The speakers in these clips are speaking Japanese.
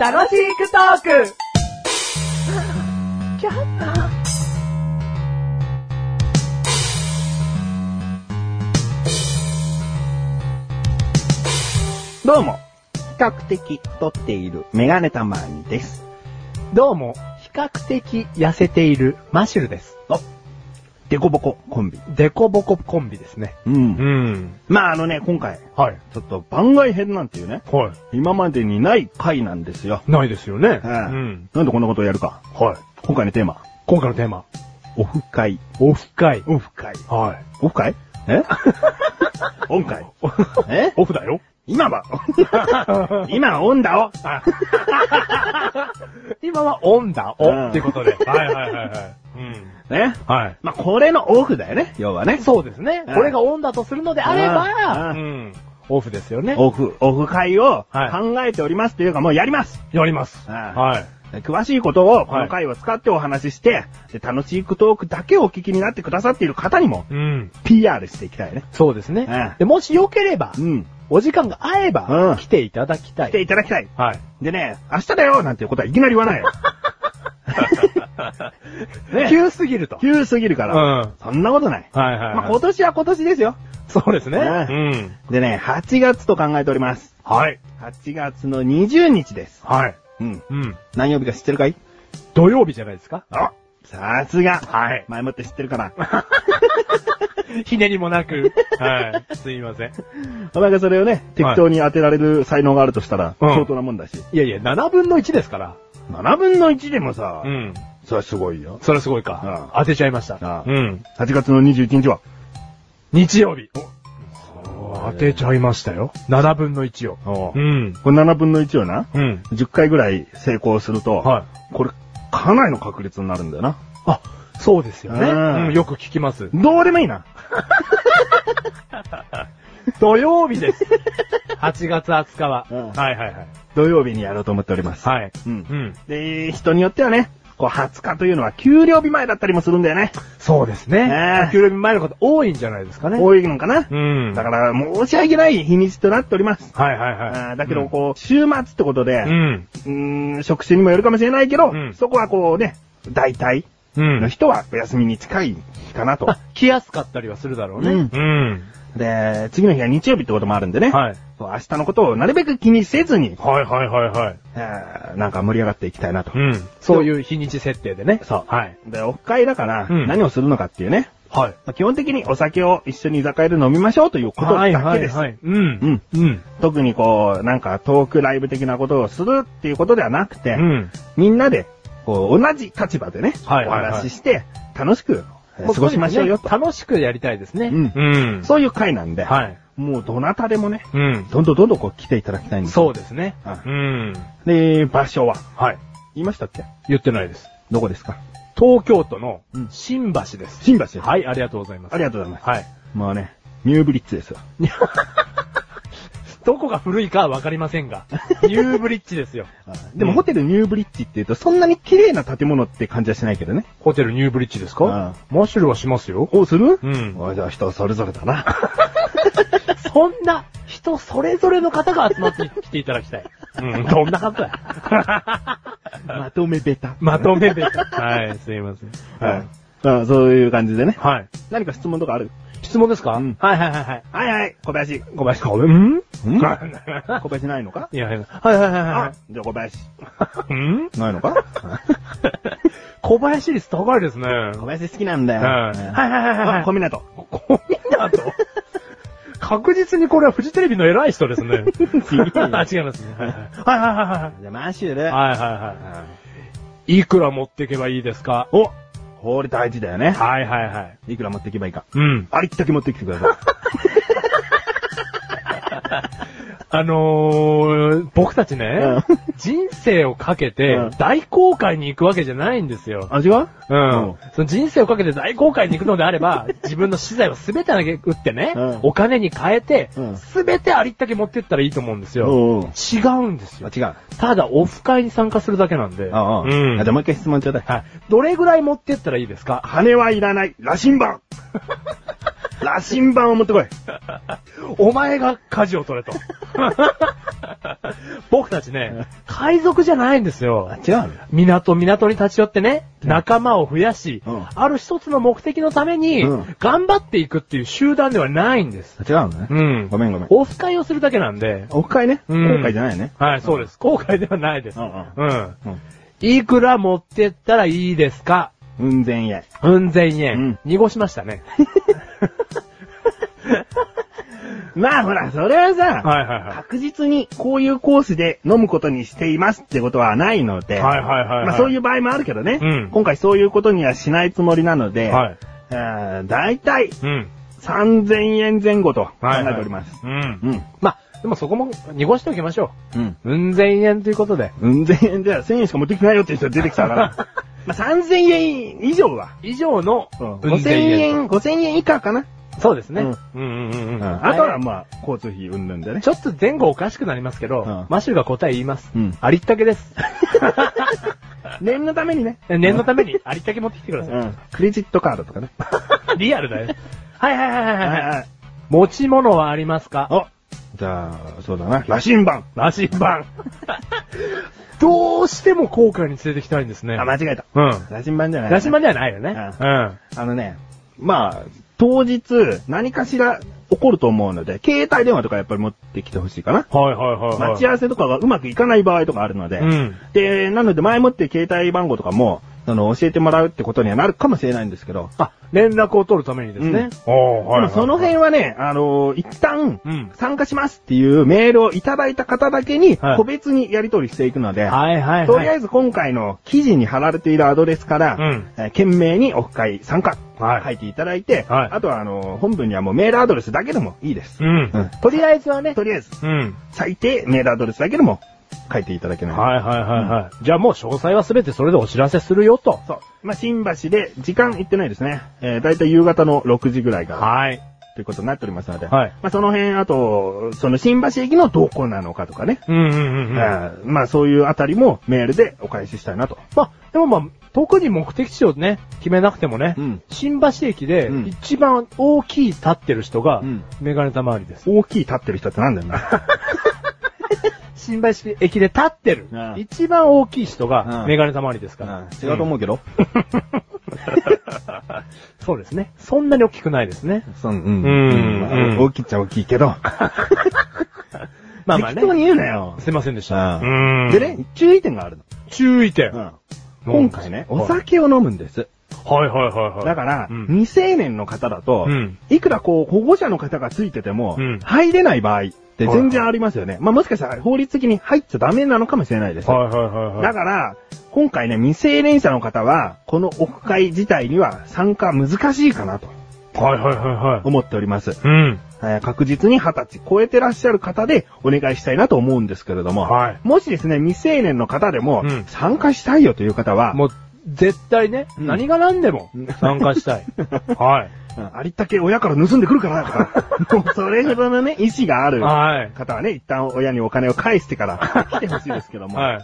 楽しくトークどうも、比較的太っているメガネたまにです。どうも、比較的痩せているマシュルです。デコボココンビ。デコボココンビですね。うん。ん。まああのね、今回、はい。ちょっと番外編なんていうね、は今までにない回なんですよ。い。ないですよね。はいうん。なんでこんなことをやるか。はい。今回のテーマ、今回のテーマ、オフ会。オフ会。オフ会。はオフ会 えオン会。え い。オフだよ。今は、 今オンだお 今はオンだ、うんオってことで。はいはいはいはい。うん。ね。はい。まあこれのオフだよね、要はね。そうですね。うんこれがオンだとするのであれば、うんん。オフですよね。オフ、オフ会をはい考えておりますというかもうやります。やります。うんはい。詳しいことをこの回を使ってお話しして、で楽しいトークだけをお聞きになってくださっている方にもうん。 PR していきたいね。そうですね。うんでもしよければ、うん。お時間が合えば、うん来ていただきたい。来ていただきたい。はい。でね、明日だよなんていうことはいきなり言わない よ。ね、急すぎると。急すぎるから、うんそんなことない。はいはいはいまあ、今年は今年ですよ。そうですね。ねん。でね、8月と考えております。はい。 8月の20日です。はい。うん。うん。何曜日か知ってるかい土曜日じゃないですかあさすが。はい前もって知ってるから。 ひねりもなく。 はい。すいません。お前がそれをね、適当に当てられる才能があるとしたら、うん相当なもんだし。いやいや、7分の1ですから。 7分の1でもさ、ん。それはすごいよ。それはすごいあか。あ当てちゃいました。ああうん。 8月の21日は、日曜日。お当てちゃいましたよ。7分の1を。おううん。これ7分の1をな、うん。 10回ぐらい成功すると、はこれ、かなりの確率になるんだよな。い。あ、そうですよね。うんうん。よく聞きます。どうでもいいな。土曜日 です。8月20日は。うんはいはいはい。土曜日にやろうと思っております。はい。う。うんん。で、人によってはね、こう20日というのは給料日前だったりもするんだよね。そうですねねえ。給料日前の方多いんじゃないですかね。多いのかな。うん。だから、申し訳ない日にちとなっております。はいはいはあーい。だけど、こう、週末ってことで、うん。うーん、職種にもよるかもしれないけど、うんそこはこうね、大体うん。うのん。人はお休みに近い日かな と。来やすかったりはするだろうね。うん。で、次の日は日曜日ってこともあるんでね、はい。こう明日のことをなるべく気にせずに、はいはいはいはい。あーなんか盛り上がっていきたいなと。うん。そういう日にち設定でね。そう。はい。で、オフ会だから、うん何をするのかっていうね、はい。まあ基本的にお酒を一緒に居酒屋で飲みましょうということだはいはけでいす。はい。うん。うん。うん。特にこう、なんかトークライブ的なことをするっていうことではなくて、うん。みんなで、こう、同じ立場でね、はいはいはいお話しして、楽しくえー過ごしましょうよと。楽しくやりたいですね。うんうん。そういう会なんで、はい。もうどなたでもね、うん。どんどんどんどんこう来ていただきたいんです。。そううですねは。いうん。で、場所ははい。言いましたっけ言ってないです。どこですか東京都のうん新橋です。新橋はい、ありがとうございます。ありがとうございます。はい。もうね、ニューブリッジですよ。どこが古いかはわかりませんが、ニューブリッジですよ。でも、うんホテルニューブリッジっていうと、そんなに綺麗な建物って感じはしないけどね。 ホテルニューブリッジですかあマッシュルはしますよ。お、するうんおじゃあ人それぞれだな。そんな人それぞれの方が集まってきていただきたい。うん、どんな方だ まとめベタ。まとめで。はい、すいません。はい。まあそういう感じでね。はい。何か質問とかある質問ですか、うんはいはいはいはい。はいはい、小林。小林小林、んんい小林ないのかや、はいはいはいはあ、じゃあ小林。い。んないのか小林率高いですね。 小林好きなんだよ。はいはいはいはいはあ、い。小湊。小湊確実にこれはフジテレビの偉い人です ね。違うよあ、違いますね。はいはいはいはいはい。じゃあマシュル。はいはいはい。いくら持ってけばいいですかおこれ大事だよね。はいはいはい。いくら持っていけばいいか。うん。ありったけ持ってきてくださあのー、僕たちねうん、人生をかけてうん大航海に行くわけじゃないんですよ。い。味はうん。その人生をかけて大航海に行くのであれば、 自分の資材をすべて投げ打ってね、うんお金に変えてうん、すべてありったけ持ってったらいいと思うんですよ。おうおう違うんですあよ。違う。あただ、オフ会に参加するだけなんで。あ、ああうん。あじゃあもう一回質問ちょうだい。はい。どれぐらい持ってったらいいですか金はいらない。羅針 盤羅針盤を持ってこい。 お前が舵を取れと。僕たちね、海賊じゃないんですよ。違うの港、港に立ち寄ってね、仲間を増やし、うんある一つの目的のためにうん、頑張っていくっていう集団ではないんです。違うのね。うんご。めんごめん。オフ会をするだけなんで、オフ会ね。後うん悔じゃないね。はい、そうです。後悔ではないです。うんうん。うん。いくら持ってったらいいですか運善や。うん、千円。うん濁しまし たね。まあほら、それはさ、はいはいはい確実にこういうコースで飲むことにしていますってことはないので、はいはいはいはいまあそういう場合もあるけどね、うん今回そういうことにはしないつもりなので、はいえーだいたいうん。 3000円前後と考えております。うん。まあ、でもそこも濁しておきましょうん。うん。う。うん、千円ということで。運善円じゃ1000円しか持ってきてないよっていう人出てきた から、まあ3000円以上は、以上の、うん、うん5000円、。5000円以下かな。そうですね。ううんうんううんん。うん。あとはまあ、交通費云々でね。ちょっと前後おかしくなりますけど、うんマシューが答え言います。うんありった けです。念のためにね。念のためにありったけ持ってきてください。うん。クレジットカードとかね。リアルだよ。はいはいはいはいははいい。はい。持ち物はありますかおじゃあ、そうだな。羅針盤。マシ ン版。どうしても後悔に連れてきたいんですね。あ、間違えた。うん。羅針盤じゃない。出しまではないよね。ううん。あのね、まあ、当日、何かしら起こると思うので、携帯電話とかやっぱり持ってきてほしいかな。はいはいはい、はい。待ち合わせとかがうまくいかない場合とかあるので、うんで、なので前もって携帯番号とかも、あの、教えてもらうってことにはなるかもしれないんですけど、あ、連絡を取るためにですね。おおでもその辺はね、あの一旦うん、参加しますっていうメールをいただいた方だけにはい、個別にやり取りしていくので、はいはいはい。とりあえず。ず今回の記事に貼られているアドレスから、うんえー懸命にオフ会参加、はい書いていただいて、はいあとはあのー本文にはもうメールアドレスだけでもいいです。うん。うんとりあえずはね。とりあえず、うん。最低メールアドレスだけでも書いていただけない。はいはいはいはい。じゃあもう詳細はすべてそれでお知らせするよと。そう。まあ、新橋で時間行ってないですね。えー、だいたい夕方の6時ぐらいからはい。ということになっておりますので、はいまあ、その辺、あと、その新橋駅のどこなのかとかね。うんうんうんうん。まあーまあ、そういうあたりもメールでお返ししたいなと。あ、でもまあ、特に目的地をね、決めなくてもね、うん新橋駅でうん一番大きい立ってる人が、うんメガネたまわりです。大きい立ってる人ってなんだよ な。新橋駅で立ってるうん一番大きい人がうんメガネたまわりですから。違うと思うけど。そうですね。そんなに大きくないですね。そう、うん。うんまあうん大きいっちゃ大きいけど。まあまあね。適当に言うなよ。すいませんでした。うんうでね、注意点があるの。注意点。はい今回ね、はいお酒を飲むんです。はいはいはい。だから、うん未成年の方だとうん、いくらこう、保護者の方がついててもうん、入れない場合って全然ありますよね。まあもしかしたら法律的に入っちゃダメなのかもしれないです。はいだはいはいはい。から、今回ね、未成年者の方は、このオフ会自体には参加難しいかなとはいはいはいはい。思っております。うん。えー確実に20歳超えてらっしゃる方でお願いしたいなと思うんですけれども、はいもしですね、未成年の方でもうん参加したいよという方は、もう、絶対ね、うん何が何でもうん参加し たい。はうんありったけ親から盗んでくるからと か、もうそれほどのね、意思があい。るはい。方はね、一旦親にお金を返してから来 てほしいですけども、はい。うん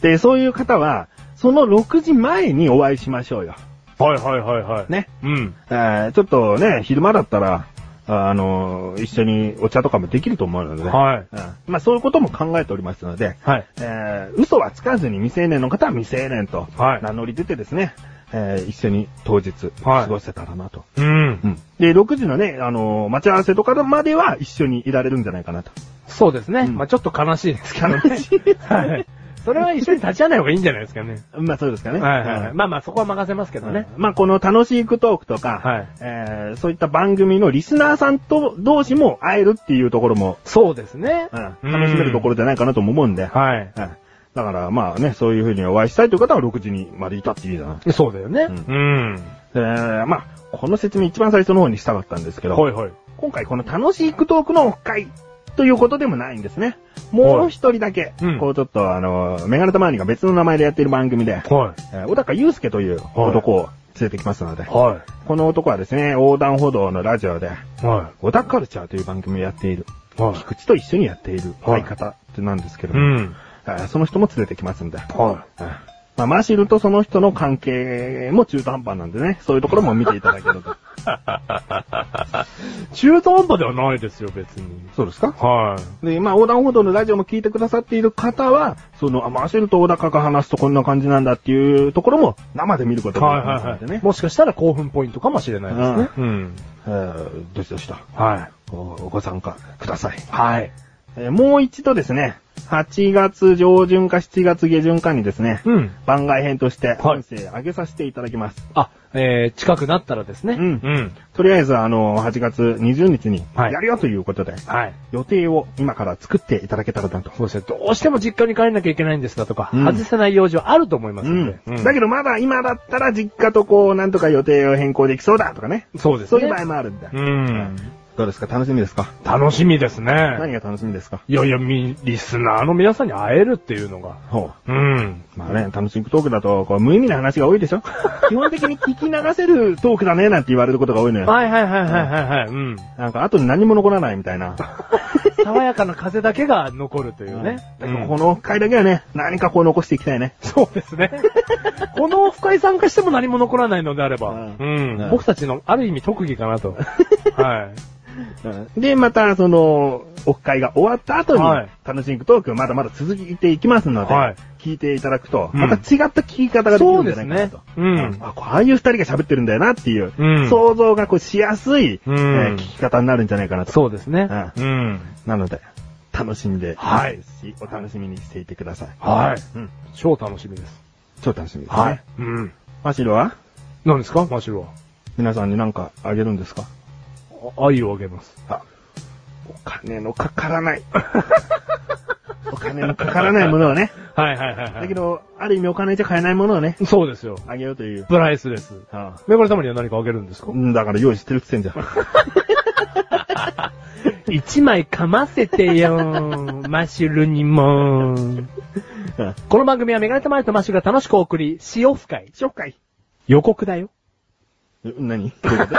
で、そういう方は、その6時前にお会いしましょうよ。はいはいはいはい。ね。うん。えーちょっとね、昼間だったら、ああのー一緒にお茶とかもできると思うのでね。はい。うんまあそういうことも考えておりますので、はい。えー嘘はつかずに未成年の方は未成年とはい名乗り出てですね、えー一緒に当日はい過ごせたらなと。うん。で、6時のね、あのー待ち合わせとかまでは一緒にいられるんじゃないかなと。 そうですね。うんまあちょっと悲しいですけどね。悲しい はい。それは一緒に立ち会わない方がいいんじゃないですかね。まあそうですかね。はいはいはうい。んまあまあそこは任せますけどね。まあこの楽しいクトークとか、はいえーそういった番組のリスナーさんと同士も会えるっていうところも、そうですね。うん楽しめるところじゃないかなとも思うんで、はい。うんだからまあね、そういうふうにお会いしたいという方は6時にまでいたっていいじゃない。そうだよね。うん。えー、まあ、この説明一番最初の方にしたかったんですけど、はいはい。今回この楽しいクトークのオフ会ということでもないんですね。もう一人だけ、うんこうちょっとあの、メガネたまわりが別の名前でやっている番組で、はえー小高祐介という男を連れてきますので、い。はこの男はですね、横断歩道のラジオで、い。は小高カルチャーという番組をやっている、い。はい。菊池と一緒にやっているはい相方ってなんですけれうども、ん。えーその人も連れてきますんで、はえーまあ、マシルとその人の関係も中途半端なんでね、そういうところも見ていただけると。中途半端ではないですよ、別に。 そうですかはい。で、まあ、横断歩道のラジオも聞いてくださっている方は、その、あ、マシルと小高が話すとこんな感じなんだっていうところも生で見ることができますのでね。もしかしたら興奮ポイントかもしれないですね。うん。えーどしどしとはい。おご参加ください。はい。えーもう一度ですね、8月上旬か7月下旬かにですね、うん。番外編としてはい音声上げさせていただきます。あ、えー、近くなったらですね。うんうん。とりあえず、あの、8月20日にやはいるよということで、はい。予定を今から作っていただけたらなと。そうですね。どうしても実家に帰んなきゃいけないんですだとか、うん外せない用事はあると思いますので。うんだけどまだ今だったら実家とこう、なんとか予定を変更できそうだとかね。ど、そうですそね。ういう場合もあるんだ。うん。どうですか楽しみですか楽しみですね。何が楽しみですかいやいや、み、リスナーの皆さんに会えるっていうのが。ほうん。う。まあね、楽しいトークだと、こう、無意味な話が多いでしょ 基本的に聞き流せるトークだね、なんて言われることが多いのよ。はいはいはいはいはいはい。うん。なんか、後に何も残らないみたいな。 爽やかな風だけが残るというね。だからこの回だけはね、何かこう残していきたいね。そうです ね。このオフ会参加しても何も残らないのであれば、ううん僕たちのある意味特技かな と。はい。で、また、その、オフ会が終わった後にはい、楽しいトークまだまだ続いていきますのではい、聞いていただくと、うんまた違った聞き方ができるんじゃないかなと。そうですねうんあこああいう二人が喋ってるんだよなっていう、うん想像がこうしやすい、うんえー聞き方になるんじゃないかなと。そうですね。ん。なので、楽しみで、はいしお楽しみにしていてください。はい。うん。超楽しみです。超楽しみですね。はい。。うん。マシロは何ですかマシュルは。皆さんに何かあげるんですかあ愛をあげます。あ、お金のかから ない。お金のかからないものをね。はいはいはい、だけど、ある意味お金じゃ買えないものをね、そうですよ。あげようという。プライスです。あメガネ様には何かあげるんですかんだから用意してるくせんじゃん。一枚噛ませて よー。マシュルにもー。 この番組はメガネたまりとマシュルが楽しくお 送り、塩深い。紹介。予告だよ。 え何どういうこと